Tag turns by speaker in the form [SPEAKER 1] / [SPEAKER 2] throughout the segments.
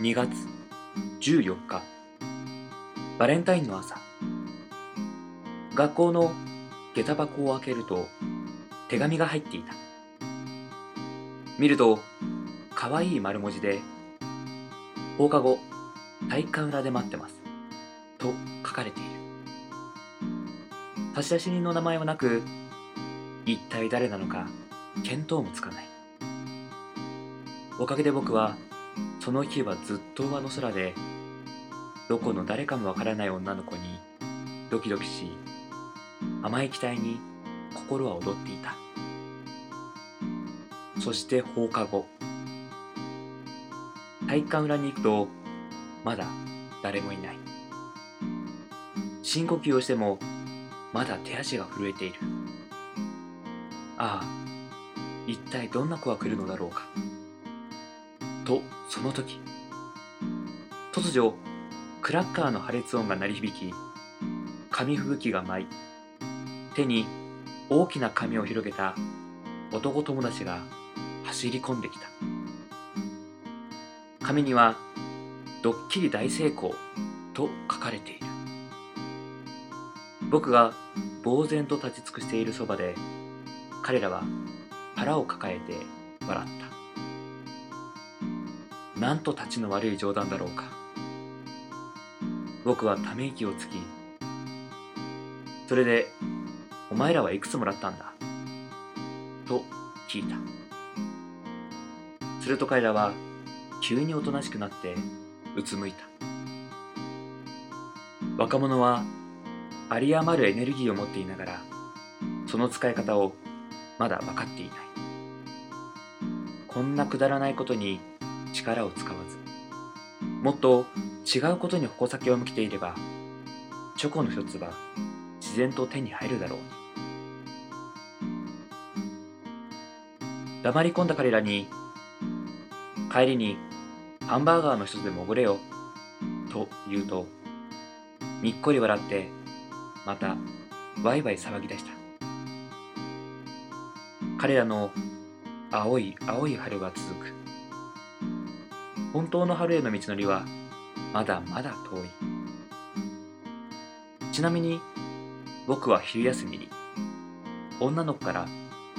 [SPEAKER 1] 2月14日バレンタインの朝学校の下駄箱を開けると手紙が入っていた見ると可愛い丸文字で「放課後体育館裏で待ってます」と書かれている差出人の名前はなく一体誰なのか見当もつかないおかげで僕はその日はずっと上の空でどこの誰かもわからない女の子にドキドキし甘い期待に心は踊っていたそして放課後体育館裏に行くとまだ誰もいない深呼吸をしてもまだ手足が震えているああ一体どんな子が来るのだろうかとその時突如クラッカーの破裂音が鳴り響き紙吹雪が舞い手に大きな紙を広げた男友達が走り込んできた紙には「ドッキリ大成功」と書かれている僕が呆然と立ち尽くしているそばで彼らは腹を抱えて笑ったなんとたちの悪い冗談だろうか僕はため息をつきそれで「お前らはいくつもらったんだ」と聞いたすると彼らは急におとなしくなってうつむいた若者は有り余るエネルギーを持っていながらその使い方をまだ分かっていないこんなくだらないことに力を使わずもっと違うことに矛先を向けていればチョコの一つは自然と手に入るだろうに黙り込んだ彼らに帰りにハンバーガーの一つでもおごれよと言うとにっこり笑ってまたワイワイ騒ぎ出した彼らの青い青い春は続く本当の春への道のりはまだまだ遠いちなみに僕は昼休みに女の子から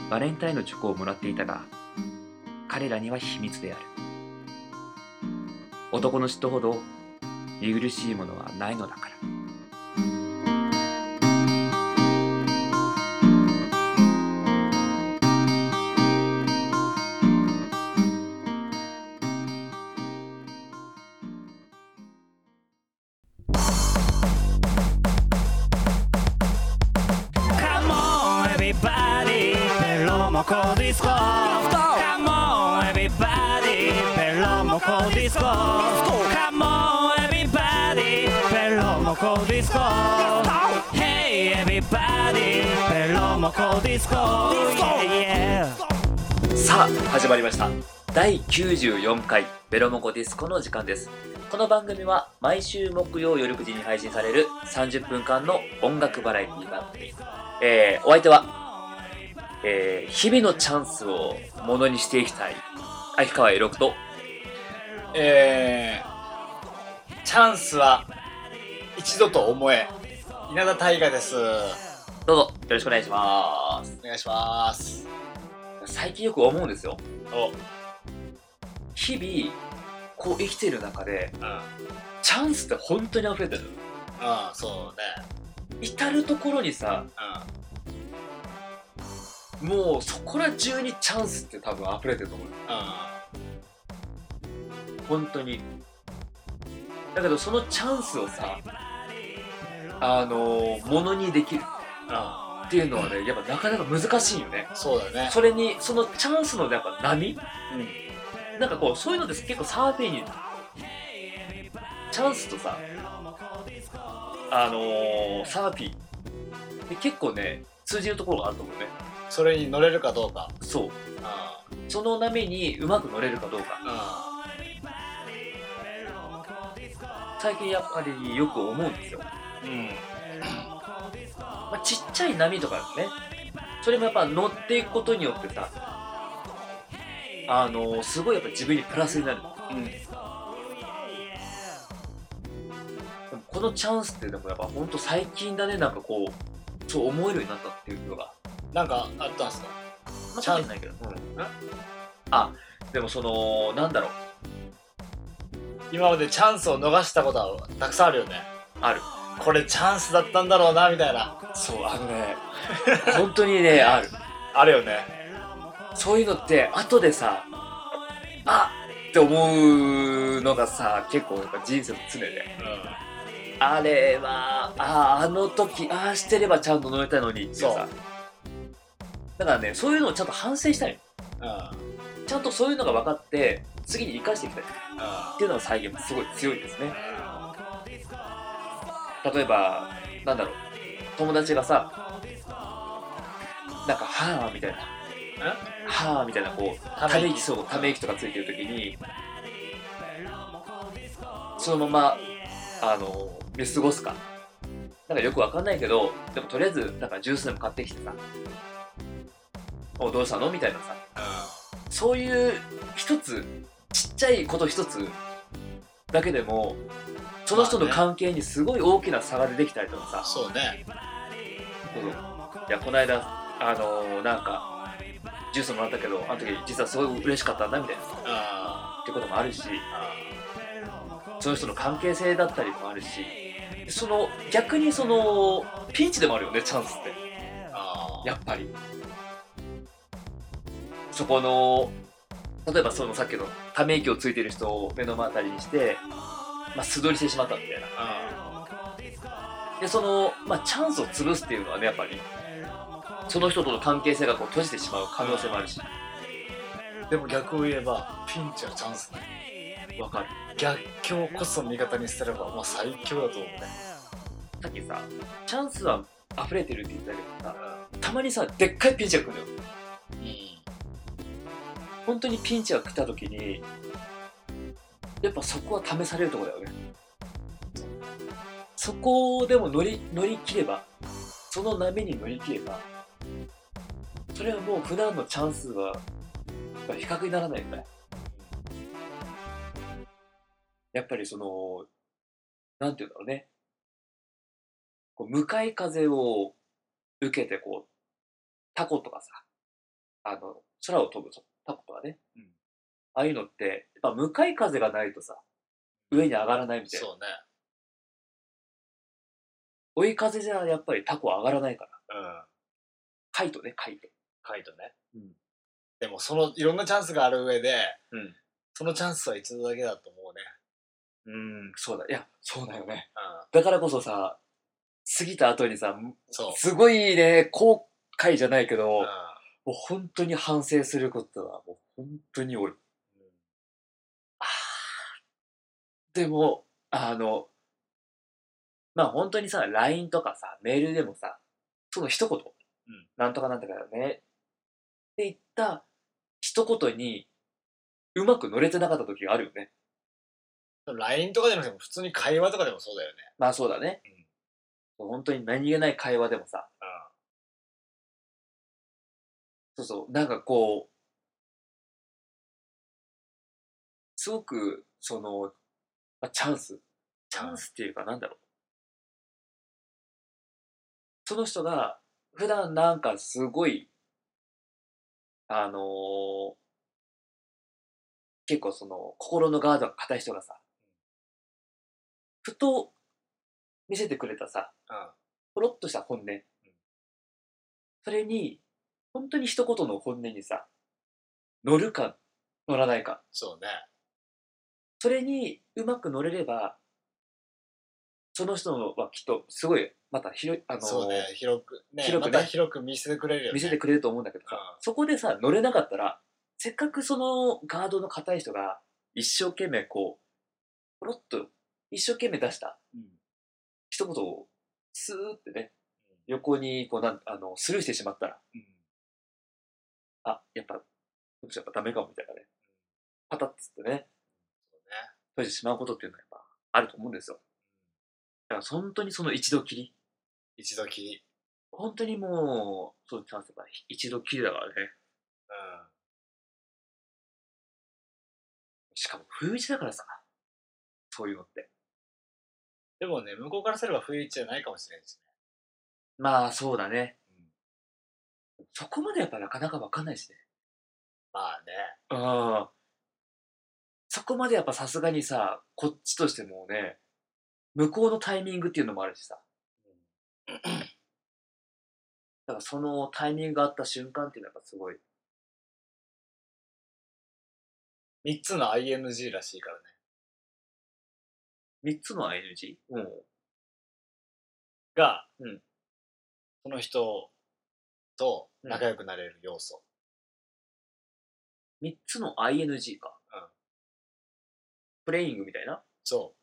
[SPEAKER 1] バレンタインのチョコをもらっていたが彼らには秘密である男の嫉妬ほど見苦しいものはないのだからさあ始まりました第94回ベロモコディスコの時間ですこの番組は毎週木曜夜9時に配信される30分間の音楽バラエティ番組、えー、お相手は、えー、日々のチャンスをものにしていきたい秋川栄六と
[SPEAKER 2] えー、チャンスは一度と思え稲田大我です
[SPEAKER 1] どうぞよろしくお願いします
[SPEAKER 2] お願いします
[SPEAKER 1] 最近よく思うんですよ
[SPEAKER 2] お
[SPEAKER 1] 日々こう生きてる中で
[SPEAKER 2] うんあ
[SPEAKER 1] チャンスって本当に溢れてる
[SPEAKER 2] あそうね
[SPEAKER 1] 至る所にさ
[SPEAKER 2] う
[SPEAKER 1] もうそこら中にチャンスって多分溢れてると思うん
[SPEAKER 2] うん
[SPEAKER 1] 本当にだけどそのチャンスをさあのものにできる
[SPEAKER 2] う
[SPEAKER 1] っていうのはねやっぱなかなか難しいよね
[SPEAKER 2] んそうだよね
[SPEAKER 1] それにそのチャンスのやっぱ波
[SPEAKER 2] うん
[SPEAKER 1] なんかこうそういうのって結構サーフィンにチャンスとさあのー、サーフィンで結構ね通じるところがあると思うね
[SPEAKER 2] それに乗れるかどうか
[SPEAKER 1] そう
[SPEAKER 2] うん
[SPEAKER 1] その波にうまく乗れるかどうか
[SPEAKER 2] う
[SPEAKER 1] 最近やっぱりよく思うんですよ
[SPEAKER 2] ん
[SPEAKER 1] まあ、ちっちゃい波とかねそれもやっぱ乗っていくことによってさあのーすごいやっぱ自分にプラスになる
[SPEAKER 2] うんうん
[SPEAKER 1] のチャンスってでもやっぱほんと最近だねなんかこうそう思えるようになったっていうのが
[SPEAKER 2] なんかあったんすか
[SPEAKER 1] まあ
[SPEAKER 2] チャン
[SPEAKER 1] ないけど、うん、あでもそのなんだろう
[SPEAKER 2] 今までチャンスを逃したことはたくさんあるよね
[SPEAKER 1] ある
[SPEAKER 2] これチャンスだったんだろうなみたいな
[SPEAKER 1] そうあの ね本当にねある
[SPEAKER 2] あるよね
[SPEAKER 1] そういうのって後でさあって思うのがさ結構やっぱ人生の常で
[SPEAKER 2] う
[SPEAKER 1] あれはああの時ああしてればちゃんと乗れたのにっていう
[SPEAKER 2] そ
[SPEAKER 1] さ
[SPEAKER 2] う
[SPEAKER 1] だからねそういうのをちゃんと反省したい
[SPEAKER 2] んうん
[SPEAKER 1] ちゃんとそういうのが分かって次に生かしていきたいっ
[SPEAKER 2] う
[SPEAKER 1] ていうのが最近すごい強いですね
[SPEAKER 2] ん
[SPEAKER 1] 例えばなんだろう友達がさなんか「はあ」みたいな「はあ」みたいなこう
[SPEAKER 2] た
[SPEAKER 1] ため
[SPEAKER 2] め
[SPEAKER 1] 息
[SPEAKER 2] 息
[SPEAKER 1] そうため息とかついてる時にそのままあの見過ごすかなんかよくわかんないけどでもとりあえずなんかジュースでも買ってきてさ「おどうしたの?」みたいなさそういう一つちっちゃいこと一つだけでもその人の
[SPEAKER 2] まあね
[SPEAKER 1] 関係にすごい大きな差が出てきたりとかさ、
[SPEAKER 2] そうね
[SPEAKER 1] いやこの間あのーなんかジュースもらったけどあの時実はすごい嬉しかったんだみたいなっ
[SPEAKER 2] うんうん
[SPEAKER 1] てこともあるしその人の関係性だったりもあるしその逆にそのピンチでもあるよねチャンスって
[SPEAKER 2] あ
[SPEAKER 1] やっぱりそこの例えばそのさっきのため息をついてる人を目の当たりにして、まあ、素通りしてしまったみたいな
[SPEAKER 2] あ
[SPEAKER 1] でその、まあ、チャンスを潰すっていうのはねやっぱりその人との関係性がこう閉じてしまう可能性もあるし
[SPEAKER 2] でも逆を言えばピンチはチャンスだね
[SPEAKER 1] わかる
[SPEAKER 2] 逆境こそ味方にすればもう最強だと思うね
[SPEAKER 1] さっきさチャンスは溢れてるって言ってたけどさたまにさでっかいピンチが来るのよ本当にピンチが来た時にやっぱそこは試されるとこだよねそこをでも乗り乗り切ればその波に乗り切ればそれはもう普段のチャンスはやっぱ比較にならないよねやっぱりそのなんていうんだろうねこう向かい風を受けてこうタコとかさあの空を飛ぶタコとかね、
[SPEAKER 2] うん
[SPEAKER 1] ああいうのってやっぱ向かい風がないとさ上に上がらないみたいな
[SPEAKER 2] そうね
[SPEAKER 1] 追い風じゃやっぱりタコは上がらないから
[SPEAKER 2] うん
[SPEAKER 1] カイトねカイト
[SPEAKER 2] カイトね、
[SPEAKER 1] うん
[SPEAKER 2] でもそのいろんなチャンスがある上で、
[SPEAKER 1] うん
[SPEAKER 2] そのチャンスは一度だけだと思うね、
[SPEAKER 1] うんそうだいやそうだよね
[SPEAKER 2] うん、
[SPEAKER 1] だからこそさ過ぎた後にさ
[SPEAKER 2] そう、
[SPEAKER 1] すごいね後悔じゃないけど、
[SPEAKER 2] うん
[SPEAKER 1] もう本当に反省することはもう本当に多いでもあのまあ本当にさ LINE とかさメールでもさその一言、
[SPEAKER 2] ん
[SPEAKER 1] なんとかなんとかだよねって言った一言にうまく乗れてなかった時があるよね
[SPEAKER 2] でも LINE とかじゃなくても普通に会話とかでもそうだよね
[SPEAKER 1] まあそうだね、本当に何気ない会話でもさ、そうそうなんかこうすごくその、まあ、チャンスチャンスっていうかなんだろうその人が普段なんかすごいあのー結構その心のガードが硬い人がさふと見せてくれたさポロッとした本音、それに本当に一言の本音にさ乗るか乗らないか
[SPEAKER 2] そうね
[SPEAKER 1] それにうまく乗れればその人のはきっとすごいまた広いあのー
[SPEAKER 2] そうね広くね
[SPEAKER 1] 広くね
[SPEAKER 2] また広く見せてくれるよね
[SPEAKER 1] 見せてくれると思うんだけどさ、
[SPEAKER 2] うん
[SPEAKER 1] そこでさ乗れなかったらせっかくそのガードの硬い人が一生懸命こうポロッと一生懸命出した
[SPEAKER 2] うん
[SPEAKER 1] 一言をスーってね横にこうなんあのスルーしてしまったら
[SPEAKER 2] うん
[SPEAKER 1] あ、やっぱ、こっちやっぱダメかもみたいなね。パタッつってね、閉じてしまうことっていうのはやっぱあると思うんですよ。だから本当にその一度きり。
[SPEAKER 2] 一度きり、
[SPEAKER 1] 本当にもう、そういうチャンスが一度きりだからね。しかも冬打ちだからさ、そういうのって。
[SPEAKER 2] でもね、向こうからすれば不意打ちじゃないかもしれないです
[SPEAKER 1] まあ、そうだね
[SPEAKER 2] うん。
[SPEAKER 1] そこまでやっぱなかなかわかんないですね。
[SPEAKER 2] ね。まあね。
[SPEAKER 1] うん。そこまでやっぱさすがにさ、こっちとしてもね、向こうのタイミングっていうのもあるし さ。だからそのタイミングがあった瞬間っていうのはやっぱすごい。
[SPEAKER 2] 3つの ING らしいからね。
[SPEAKER 1] 3つの ING? うん。
[SPEAKER 2] が、
[SPEAKER 1] うん
[SPEAKER 2] その人と
[SPEAKER 1] うん
[SPEAKER 2] 仲良くなれる要素。
[SPEAKER 1] 3つの ING か。
[SPEAKER 2] うん。
[SPEAKER 1] プレイングみたいな
[SPEAKER 2] そ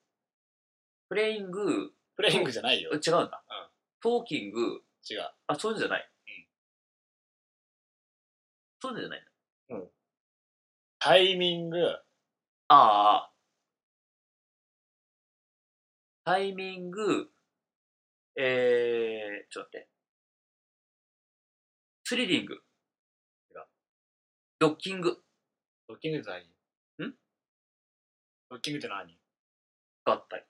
[SPEAKER 1] プレイング、
[SPEAKER 2] う。プレイングじゃないよ。
[SPEAKER 1] 違う
[SPEAKER 2] 違
[SPEAKER 1] んだ。
[SPEAKER 2] うん
[SPEAKER 1] トーキング、
[SPEAKER 2] う。
[SPEAKER 1] あ、そういうんじゃない。
[SPEAKER 2] ん
[SPEAKER 1] そういうんじゃない。
[SPEAKER 2] タイミング、
[SPEAKER 1] ああ。タイミング、えー、ちょっと待って。スリリング。ドッキング
[SPEAKER 2] ドッキングって何
[SPEAKER 1] ん
[SPEAKER 2] ドッキングって何
[SPEAKER 1] があったり。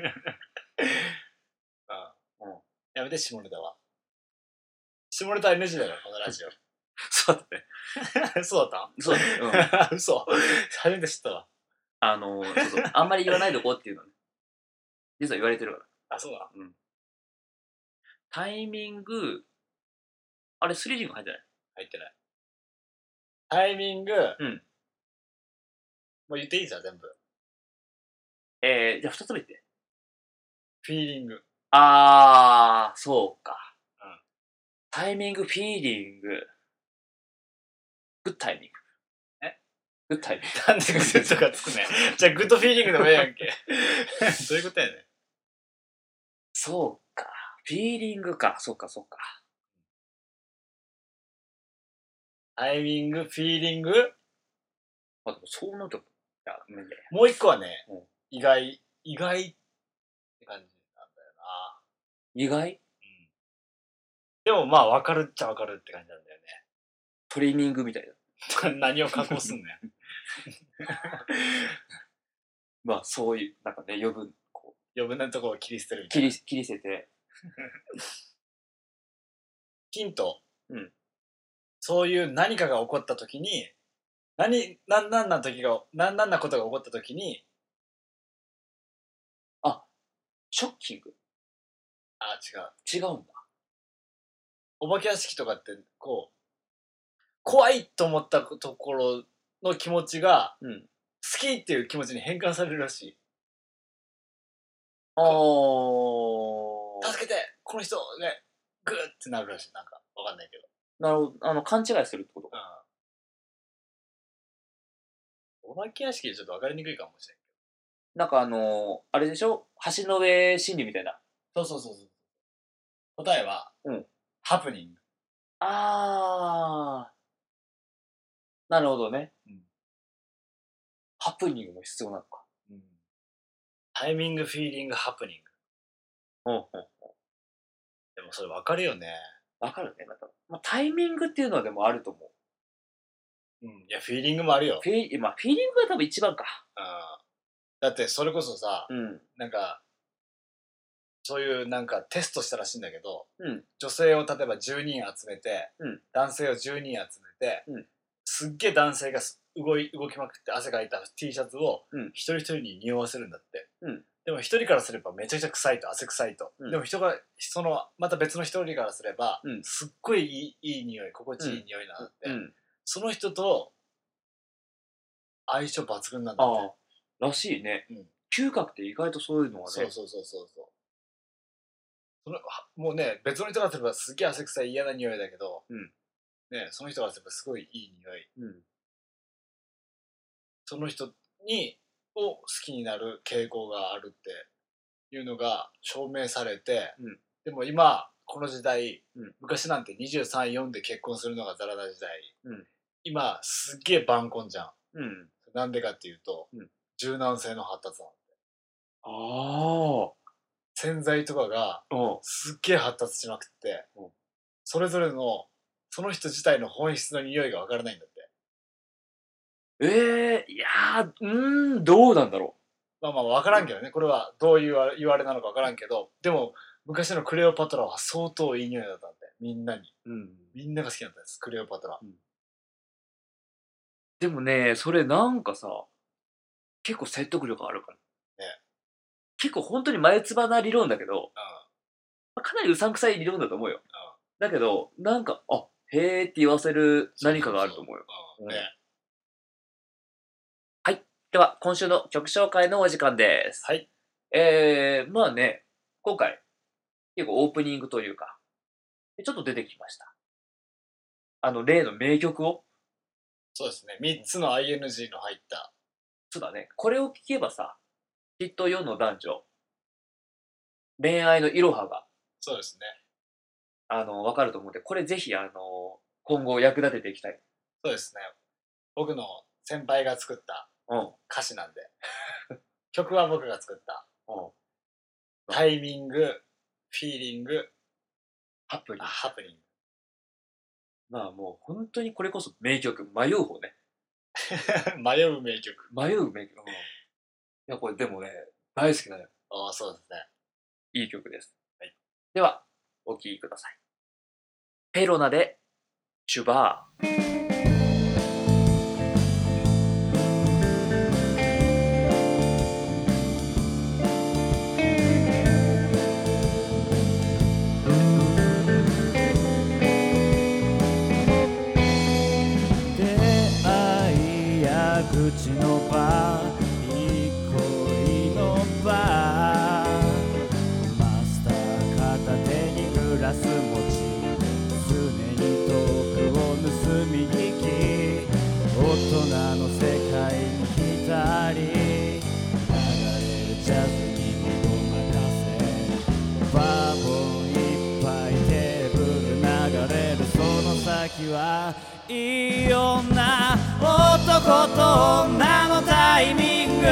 [SPEAKER 2] う
[SPEAKER 1] う
[SPEAKER 2] ん
[SPEAKER 1] ん
[SPEAKER 2] やめて、下ネタは。下ネタ NG だよ、このラジオ。
[SPEAKER 1] そうだね。
[SPEAKER 2] そうだっ
[SPEAKER 1] そうだね。うん。
[SPEAKER 2] た、 嘘。初めて知ったわ。
[SPEAKER 1] あのー、そうそう。あんまり言わないでおこうっていうのね。実は言われてるから。
[SPEAKER 2] あ、そうだ。
[SPEAKER 1] タイミング、あれ、スリリング入ってない
[SPEAKER 2] 入ってない。タイミング、
[SPEAKER 1] ん
[SPEAKER 2] もう言っていいじゃん、全部。
[SPEAKER 1] えー、じゃあ二つ目言って。
[SPEAKER 2] フィーリン グ。
[SPEAKER 1] あー、そうか。
[SPEAKER 2] うん
[SPEAKER 1] タイミング、フィーリング。グッタイミング。
[SPEAKER 2] え
[SPEAKER 1] グッタイミング。
[SPEAKER 2] なんでグッドがつくね。じゃあ、グッドフィーリングでもええやん け。どういうことやねん。
[SPEAKER 1] そうか。フィーリングか。そうか、そうか。
[SPEAKER 2] タイミング、フィーリング。
[SPEAKER 1] あ、でもそうなると、いや、無理だよ
[SPEAKER 2] もう一個はね
[SPEAKER 1] うん、
[SPEAKER 2] 意外、意外って感じなんだよな。
[SPEAKER 1] 意外
[SPEAKER 2] うん。でもまあ、わかるっちゃわかるって感じなんだよね。
[SPEAKER 1] トリミングみたいな。
[SPEAKER 2] 何を加工す んね
[SPEAKER 1] まあ、そういう、なんかね、余分、こう、
[SPEAKER 2] ん。余分なところを切り捨てるみた
[SPEAKER 1] 切
[SPEAKER 2] いな。
[SPEAKER 1] り、切り捨てて。
[SPEAKER 2] ヒント。
[SPEAKER 1] うん。
[SPEAKER 2] そういう何かが起こった時に、何、なんなんな時が、なんなんなことが起こった時に、
[SPEAKER 1] ショッキング
[SPEAKER 2] あ、違う。
[SPEAKER 1] 違うんだ。
[SPEAKER 2] お化け屋敷とかって、こう、怖いと思ったところの気持ちが、
[SPEAKER 1] うん。
[SPEAKER 2] 好きっていう気持ちに変換されるらしい。
[SPEAKER 1] あー。
[SPEAKER 2] 助けてこの人ねグーってなるらしいなんかわかんないけど
[SPEAKER 1] なるほど。あの、勘違いするってことか。
[SPEAKER 2] うんお化け屋敷でちょっとわかりにくいかもしれんけ
[SPEAKER 1] なんかあのー、あれでしょ橋の上心理みたいな。
[SPEAKER 2] どそうそうそうそう答えは、
[SPEAKER 1] うん
[SPEAKER 2] ハプニング
[SPEAKER 1] あー。なるほどね。
[SPEAKER 2] うん
[SPEAKER 1] ハプニングも必要なのか。
[SPEAKER 2] タイミングフィーリングハプニン
[SPEAKER 1] うんうん。
[SPEAKER 2] グでもそれわかるよね
[SPEAKER 1] わかるね、また。まあ、タイミングっていうのはでもあると思う。
[SPEAKER 2] うんいやフィーリングもあるよ、
[SPEAKER 1] フィー、まあ、フィーリングが多分一番か。
[SPEAKER 2] うん、だってそれこそさ、
[SPEAKER 1] うん。
[SPEAKER 2] なんかそういうなんかテストしたらしいんだけど、
[SPEAKER 1] うん
[SPEAKER 2] 女性を例えば10人集めて、
[SPEAKER 1] うん
[SPEAKER 2] 男性を10人集めて、
[SPEAKER 1] うん
[SPEAKER 2] すっげえ男性がす動い動きまくって汗かいた T シャツを
[SPEAKER 1] うん
[SPEAKER 2] 一人一人に匂わせるんだって、
[SPEAKER 1] うん
[SPEAKER 2] でも一人からすればめちゃくちゃ臭いと汗臭いと、
[SPEAKER 1] うん
[SPEAKER 2] でも人がそのまた別の一人からすれば、
[SPEAKER 1] うん
[SPEAKER 2] すっごいいいいい匂い心地いい匂いなんだって、
[SPEAKER 1] うん。
[SPEAKER 2] その人と相性抜群なんだ
[SPEAKER 1] あ
[SPEAKER 2] って
[SPEAKER 1] あ。らしいね。
[SPEAKER 2] うん
[SPEAKER 1] 嗅覚って意外とそういうのはね。
[SPEAKER 2] そうそうそうそうそうそのはもうね別の人がすればすげえ汗臭い嫌な匂いだけど、
[SPEAKER 1] うん
[SPEAKER 2] ね、その人がすればすごいいい匂い
[SPEAKER 1] うん。
[SPEAKER 2] その人にを好きになる傾向があるっていうのが証明されて、
[SPEAKER 1] うん
[SPEAKER 2] でも今この時代、
[SPEAKER 1] うん
[SPEAKER 2] 昔なんて234で結婚するのがザラな時代、
[SPEAKER 1] うん
[SPEAKER 2] 今すっげえ晩婚じゃん
[SPEAKER 1] うん。
[SPEAKER 2] なんでかっていうと、
[SPEAKER 1] うん
[SPEAKER 2] 柔軟性の発達なの
[SPEAKER 1] あ
[SPEAKER 2] 洗剤とかが
[SPEAKER 1] あ。うん。
[SPEAKER 2] すっげえ発達しまくって、
[SPEAKER 1] うん
[SPEAKER 2] それぞれのその人自体の本質の匂いがわからないんだって
[SPEAKER 1] ええいやー、うーん、どうなんだろ
[SPEAKER 2] まあまあ分からんけどねこれはどういうあ言われなのか分からんけどでも昔のクレオパトラは相当いい匂いだったんでみんなに
[SPEAKER 1] うん。
[SPEAKER 2] みんなが好きだったんですクレオパトラ
[SPEAKER 1] でもね、それなんかさ、結構説得力あるから。
[SPEAKER 2] ね
[SPEAKER 1] 結構本当に前つばな理論だけど、まあかなりうさんくさい理論だと思うよ。だけど、なんか、あ、へーって言わせる何かがあると思うよ。
[SPEAKER 2] うん、うんね
[SPEAKER 1] では、今週の曲紹介のお時間です。
[SPEAKER 2] はい
[SPEAKER 1] えー、まあね、今回、結構オープニングというか、ちょっと出てきました。あの、例の名曲を、
[SPEAKER 2] そうですね3つの ING の入った
[SPEAKER 1] そうだね、これを聴けばさ、きっと世の男女、恋愛のいろはが、
[SPEAKER 2] そうですね
[SPEAKER 1] あの、わかると思うんで、これぜひ、あの、今後役立てていきたい。
[SPEAKER 2] そうですね僕の先輩が作った
[SPEAKER 1] うん。うん。
[SPEAKER 2] 歌詞なんで 曲は僕が作ったタイミングフィーリング
[SPEAKER 1] ハプニング
[SPEAKER 2] あハプニング
[SPEAKER 1] まあもう、本当にこれこそ名曲、迷う方ね。
[SPEAKER 2] 迷う名曲
[SPEAKER 1] 迷う名曲。いや、これでもね、大好きな
[SPEAKER 2] ああそうですね
[SPEAKER 1] いい曲です。
[SPEAKER 2] はい
[SPEAKER 1] では、お聴きください。ペロナで、チュバー。
[SPEAKER 3] 出会いや口の場憩いの場マスター片手にグラス持ち常に遠くを盗み行き大人の世界に浸り流れるジャズに身を任せバーボン一杯テーブル流れるその先はいい女男と女のタイミング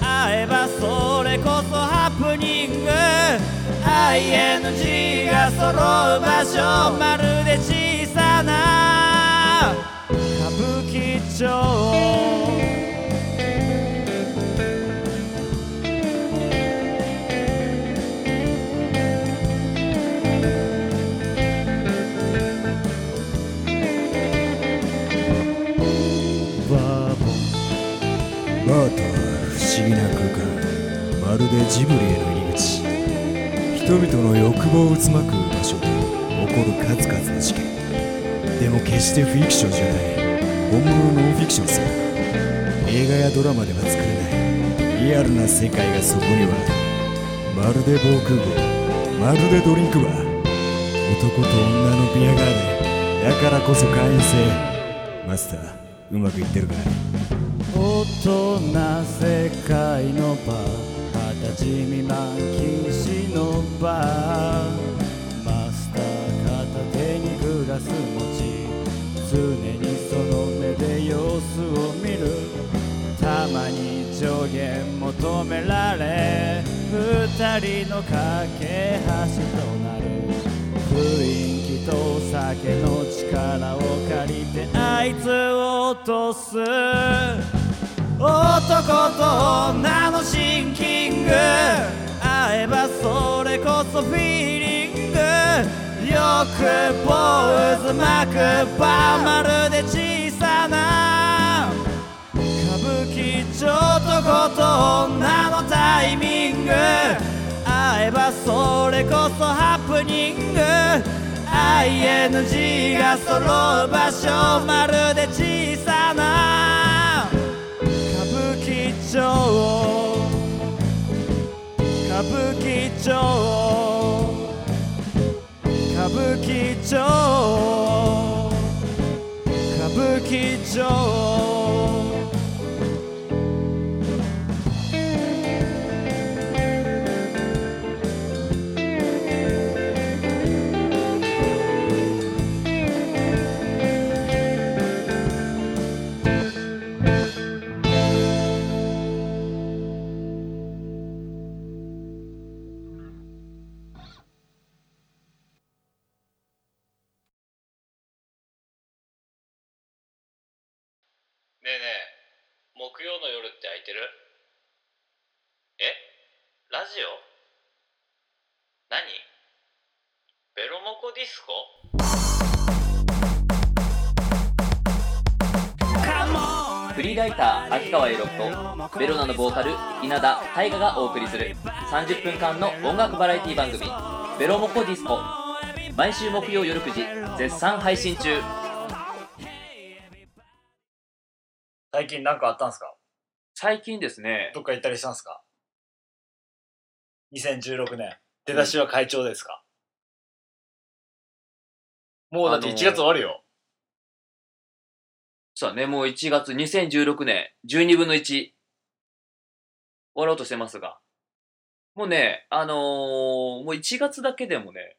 [SPEAKER 3] 会えばそれこそハプニング ING が揃う場所まるで小さな歌舞伎町バーボンバーとは不思議な空間まるでジブリへの入り口人々の欲望を渦巻く場所で起こる数々の事件でも決してフィクションじゃない本物のノンフィクションさ映画やドラマでは作れないリアルな世界がそこにはまるで防空壕まるでドリンクバー男と女のビアガーデンだからこそ会員制マスターうまくいってるか大人世界の場二十歳未満禁止の場マスター片手にグラス持ち常にその目で様子を見るたまに上限求められ二人の架け橋となる雰囲気と酒の力を借りてあいつを落とす男と女のシンキング会えばそれこそフィーリングよくポーズ巻くパーまるで小さな歌舞伎町男と女のタイミング会えばそれこそハプニング ING が揃う場所まるで小さな歌舞伎町歌舞伎町歌舞伎町歌舞伎町
[SPEAKER 4] ねえねえ木曜の夜って空いてるえラジオ何ベロモコディスコ
[SPEAKER 5] フリーライター秋川栄六とベロナのボーカル稲田大我がお送りする30分間の音楽バラエティ番組「ベロモコディスコ」毎週木曜夜9時絶賛配信中
[SPEAKER 2] 最近なんかあったんすか
[SPEAKER 1] 最近ですね
[SPEAKER 2] どっか行ったりしたんすか ?2016 年。出だしは会長ですか、もうだって1
[SPEAKER 1] あのー
[SPEAKER 2] 月終わるよ。
[SPEAKER 1] そうだねもう1月2016年12分の1終わろうとしてますがもうねあのーもう1月だけでもね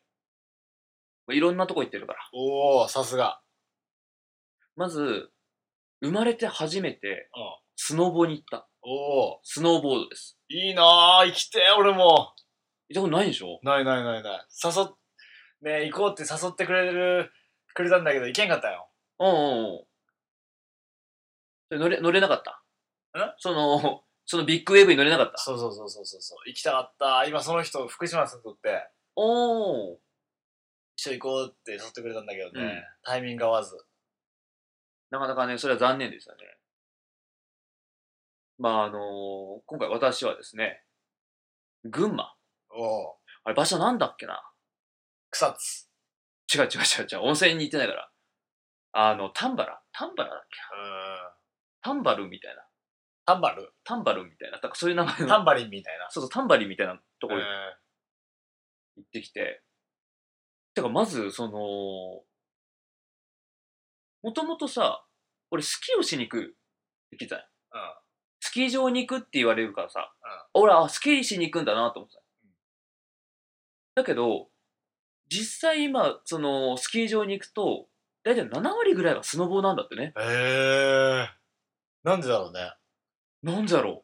[SPEAKER 1] もういろんなとこ行ってるから
[SPEAKER 2] おおさすが。
[SPEAKER 1] まず生まれて初めて
[SPEAKER 2] うん
[SPEAKER 1] スノボに行った
[SPEAKER 2] おお
[SPEAKER 1] スノーボードです
[SPEAKER 2] いいなー生きてー俺も。
[SPEAKER 1] 行ったことないでしょ
[SPEAKER 2] ないないないない。誘っ、ね行こうって誘ってくれる、くれたんだけど行けんかったよ。
[SPEAKER 1] うんうんうんそれ乗れ乗れなかった
[SPEAKER 2] ん
[SPEAKER 1] その そのビッグウェーブに乗れなかった
[SPEAKER 2] そうそうそうそうそうそう。行きたかった。今その人、福島さんとって、
[SPEAKER 1] おお
[SPEAKER 2] 一緒に行こうって誘ってくれたんだけどね、
[SPEAKER 1] うん
[SPEAKER 2] タイミング合わず。
[SPEAKER 1] なかなかねそれは残念でしたねまああのー今回私はですね群馬
[SPEAKER 2] おお
[SPEAKER 1] あれ場所なんだっけな
[SPEAKER 2] 草津。
[SPEAKER 1] 違う違う違う違う温泉に行ってないからあの丹原丹原だっけ
[SPEAKER 2] う
[SPEAKER 1] 丹
[SPEAKER 2] ん。
[SPEAKER 1] 原みたいな
[SPEAKER 2] タンバル
[SPEAKER 1] 丹原みたいななんかそういう名前の
[SPEAKER 2] タンバリンみたいな。
[SPEAKER 1] そうそう、タンバリンみたいなとこ
[SPEAKER 2] うん
[SPEAKER 1] 行ってきて。てか、まず、その、もともとさ、俺スキーをしに行くって言ってたよ
[SPEAKER 2] うん
[SPEAKER 1] スキー場に行くって言われるからさ、俺はスキーしに行くんだなと思ってた。だけど、実際今、その、スキー場に行くと、大体7割ぐらいがスノボーなんだってね。
[SPEAKER 2] へえなんでだろうね。
[SPEAKER 1] なんでだろ。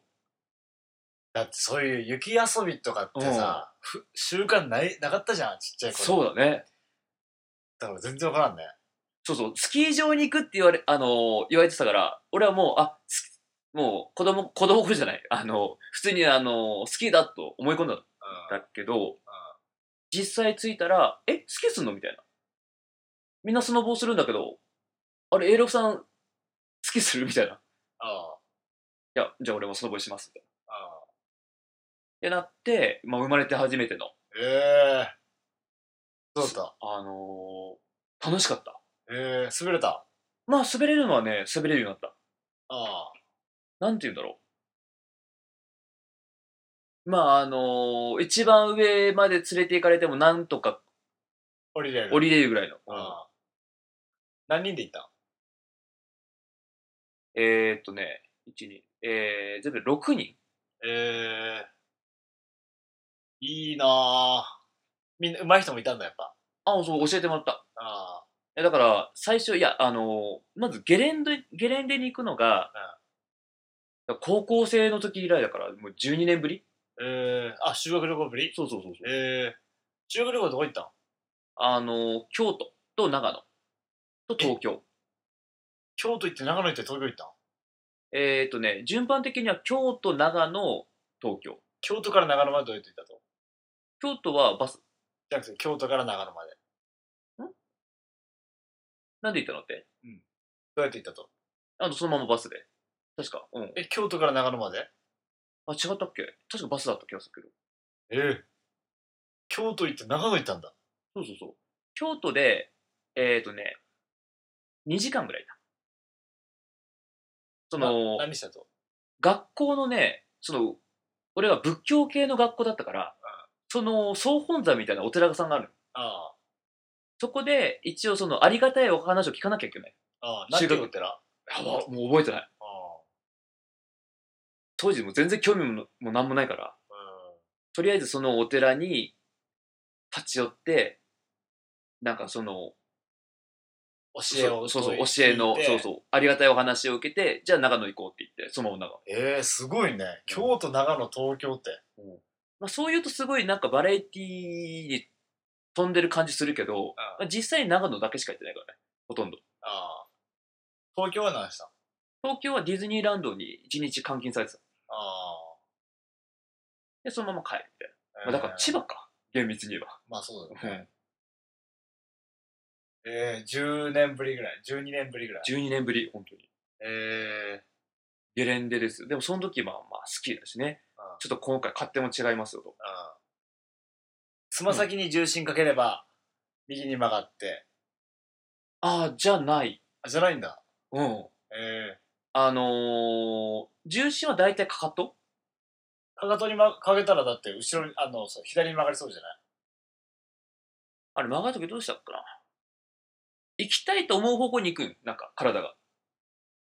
[SPEAKER 2] だってそういう雪遊びとかってさ、ふ習慣ないなかったじゃん、ちっちゃいう頃。。
[SPEAKER 1] そううだね。
[SPEAKER 2] だから全然わからんね。
[SPEAKER 1] そうそう、スキー場に行くって言われ、あのー言われてたから、俺はもう、あ、スもう、子供、子供じゃない。あの普通に、あのスキーだと思い込んだん
[SPEAKER 2] うん。
[SPEAKER 1] だけど、実際着いたら、え、スキーすんのみたいな。みんなスノボーするんだけど、あれ、エイロフさん、スキーするみたいな。い
[SPEAKER 2] あ
[SPEAKER 1] や、じゃあ俺もスノボーします。み
[SPEAKER 2] あ。ああ。
[SPEAKER 1] たいな。ってなって、まあ、生まれて初めての、
[SPEAKER 2] ええどうだった
[SPEAKER 1] あのー楽しかった。
[SPEAKER 2] ええ滑れた。
[SPEAKER 1] まあ、滑れるのはね、滑れるようになった。
[SPEAKER 2] ああ。
[SPEAKER 1] なんて言うんだろう。まあ、あのー一番上まで連れて行かれてもなんとか
[SPEAKER 2] 降りれる。
[SPEAKER 1] 降りれるぐらいの。
[SPEAKER 2] ああ。何人で行ったの
[SPEAKER 1] えー、っとね、1、2、えー、全部で6人。
[SPEAKER 2] ええいいなあみんな、上手い人もいたんだ、やっぱ。
[SPEAKER 1] あ、そう、教えてもらった。
[SPEAKER 2] あ
[SPEAKER 1] えだから、最初、いや、あのーまずゲレンデ、ゲレンデに行くのが、だから高校生の時以来だから、もう12年ぶり
[SPEAKER 2] あ。ええあ、修学旅行ぶり
[SPEAKER 1] そうそうそうそう。
[SPEAKER 2] ええ修学旅行どこ行ったの
[SPEAKER 1] あのー京都と長野と東京。
[SPEAKER 2] 京都行って長野行って東京行ったの
[SPEAKER 1] えー、っとね、順番的には京都、長野、東京。
[SPEAKER 2] 京都から長野までどうやって行ったと
[SPEAKER 1] 京都はバス、
[SPEAKER 2] じゃなくて京都から長野まで
[SPEAKER 1] なんで行ったのって
[SPEAKER 2] どうやって行ったと
[SPEAKER 1] あの、そのままバスで。確か。うん。
[SPEAKER 2] え京都から長野まで
[SPEAKER 1] あ、違ったっけ確かバスだった気がするけど。
[SPEAKER 2] ええ京都行って長野行ったんだ
[SPEAKER 1] そうそうそう。京都で、えっ、ー、とね、2時間ぐらいだ。その
[SPEAKER 2] な、何したと
[SPEAKER 1] 学校のね、その、俺は仏教系の学校だったから、その、総本山みたいなお寺さんがあるの。
[SPEAKER 2] あ
[SPEAKER 1] そこで、一応その、ありがたいお話を聞かなきゃいけない。
[SPEAKER 2] あああ
[SPEAKER 1] 修
[SPEAKER 2] 何
[SPEAKER 1] 学
[SPEAKER 2] て言ったらあ
[SPEAKER 1] あ、もう覚えてない。
[SPEAKER 2] あ
[SPEAKER 1] 当時も全然興味ももうなんもないから。
[SPEAKER 2] うん
[SPEAKER 1] とりあえずそのお寺に立ち寄ってなんかその
[SPEAKER 2] 教えを
[SPEAKER 1] そうそう教えのそう
[SPEAKER 2] う
[SPEAKER 1] そうありがたいお話を受けてじゃあ長野行こうって言ってそのまま長野、
[SPEAKER 2] ええすごいね京都長野東京って
[SPEAKER 1] まあ、そういうとすごいなんかバラエティーに飛んでる感じするけど、まあ、実際長野だけしか行ってないからねほとんど
[SPEAKER 2] ああ東京は何したの
[SPEAKER 1] 東京はディズニーランドに一日監禁されてた
[SPEAKER 2] ああ
[SPEAKER 1] で、そのまま帰って。まあ、だから千葉か。厳密に言えば。
[SPEAKER 2] まあそうだよね。えー、10年ぶりぐらい、12年ぶりぐらい。
[SPEAKER 1] 12年ぶり、本当に。
[SPEAKER 2] え
[SPEAKER 1] ゲレンデです。でもその時まあまあスキーだしね
[SPEAKER 2] うん。
[SPEAKER 1] ちょっと今回勝手も違いますよと。
[SPEAKER 2] ー、あーつま先に重心かければ、右に曲がって。
[SPEAKER 1] ああ、じゃない。
[SPEAKER 2] あ、じゃないんだ。
[SPEAKER 1] うん。
[SPEAKER 2] え
[SPEAKER 1] あのー、重心は大体かかと
[SPEAKER 2] ー、かかとに、ま、かけたらだって、後ろに、あの、そう左に曲がりそうじゃない
[SPEAKER 1] あれ曲がる時どうしたっけな行きたいと思う方向に行くんなんか体が。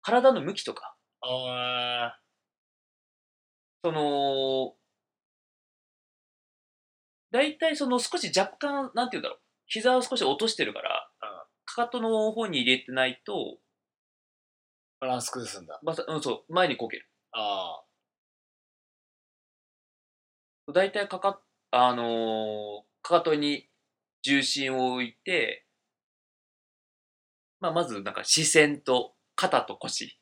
[SPEAKER 1] 体の向きとか。
[SPEAKER 2] あ
[SPEAKER 1] その、大体その少し若干、なんて言うんだろう。膝を少し落としてるから
[SPEAKER 2] うん、
[SPEAKER 1] かかとの方に入れてないと、
[SPEAKER 2] ー、バランス崩すんだ。
[SPEAKER 1] まさうん、そう、前にこける。
[SPEAKER 2] あ
[SPEAKER 1] 大体かか、あのーかかとに重心を置いて、まあ、まずなんか視線と肩と腰。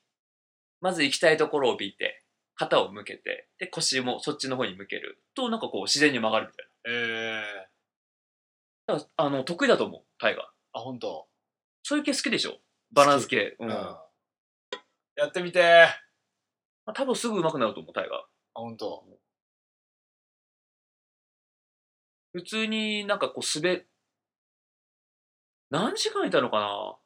[SPEAKER 1] まず行きたいところを見て、肩を向けて、で、腰もそっちの方に向けると、なんかこう自然に曲がるみたい
[SPEAKER 2] ー、えー、
[SPEAKER 1] な。だからあの、得意だと思う、タイが。
[SPEAKER 2] あ、ほんと。
[SPEAKER 1] そういう系好きでしょバランス系。うん。ま
[SPEAKER 2] やってみてー。あ、
[SPEAKER 1] あ、多分すぐ上手くなると思う、タイが。
[SPEAKER 2] ほんと。
[SPEAKER 1] 普通になんかこう滑、何時間いたのかな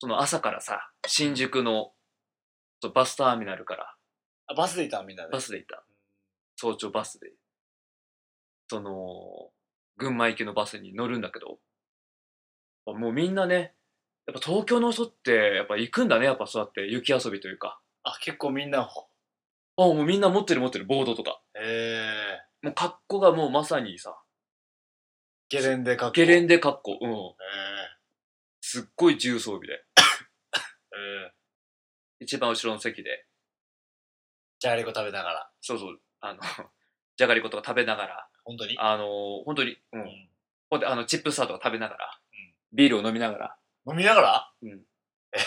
[SPEAKER 1] その朝からさ、新宿のそうバスターミナルから
[SPEAKER 2] あ、バスでいたみんなで。
[SPEAKER 1] バスで行った。早朝バスで。その、群馬行きのバスに乗るんだけど、もうみんなね、やっぱ東京の人って、やっぱ行くんだね、やっぱそうやって雪遊びというか。
[SPEAKER 2] あ、結構みんな、ほ
[SPEAKER 1] あ、もうみんな持ってる持ってる、ボードとか。
[SPEAKER 2] えー、
[SPEAKER 1] もう格好がもうまさにさ、
[SPEAKER 2] ゲレンデかっこ
[SPEAKER 1] ゲレ
[SPEAKER 2] ン
[SPEAKER 1] ンデ格好。うん。すっごい重装備で。
[SPEAKER 2] えー、えー、
[SPEAKER 1] 一番後ろの席で、
[SPEAKER 2] じゃがりこ食べながら。
[SPEAKER 1] そうそう、あの、 じゃがりことか食べながら、
[SPEAKER 2] ほんとに
[SPEAKER 1] あの、本当に、う。
[SPEAKER 2] うんん
[SPEAKER 1] ほんで、あの、チップスターとか食べながら
[SPEAKER 2] うん、
[SPEAKER 1] ビールを飲みながら、
[SPEAKER 2] 飲みながら
[SPEAKER 1] うん。
[SPEAKER 2] え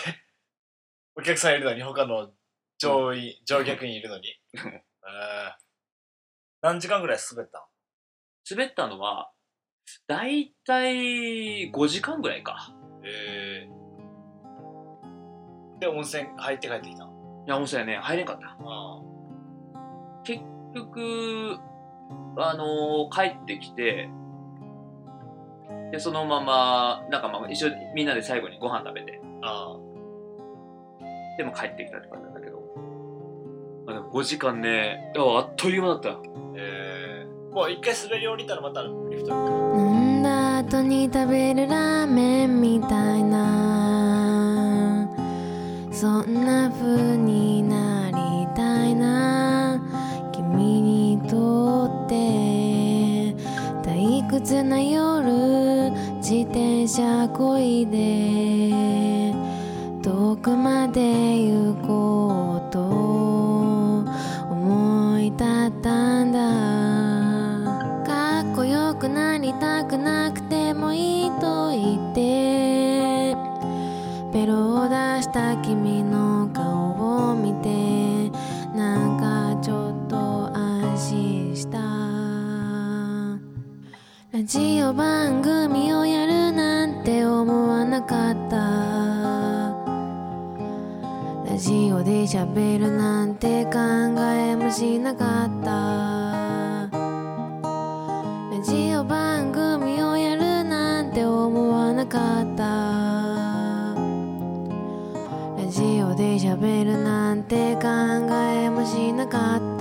[SPEAKER 2] お客さんいるのに、他の上位、乗客にいるのに。え
[SPEAKER 1] ん
[SPEAKER 2] ー、何時間ぐらい滑ったの
[SPEAKER 1] 滑ったのは、だいたい5時間ぐらいか。
[SPEAKER 2] えー、で、温泉入って帰ってきたの。
[SPEAKER 1] いや、面白いね。入れんかった。
[SPEAKER 2] あ
[SPEAKER 1] 結局、あの帰ってきて、で、そのまま、なんかまあ、一緒にみんなで最後にご飯食べて、
[SPEAKER 2] あ、ああ、
[SPEAKER 1] でも帰ってきたって感じなんだけど。あでも5時間ね、いやあっという間だったよ。
[SPEAKER 2] えー、もう一回滑り降りたらまたリフトに行く。
[SPEAKER 6] 飲んだ後に食べるラーメンみたいなそんな風になりたいな君にとって退屈な夜自転車こいで遠くまで行こうと思い立ったんだかっこよくなりたくなくてもいいと言ってベロを出した君の顔を見てなんかちょっと安心したラジオ番組をやるなんて思わなかったラジオで喋るなんて考えもしなかったラジオ番組をやるなんて思わなかったラジオで喋るなんて考えもしなかっ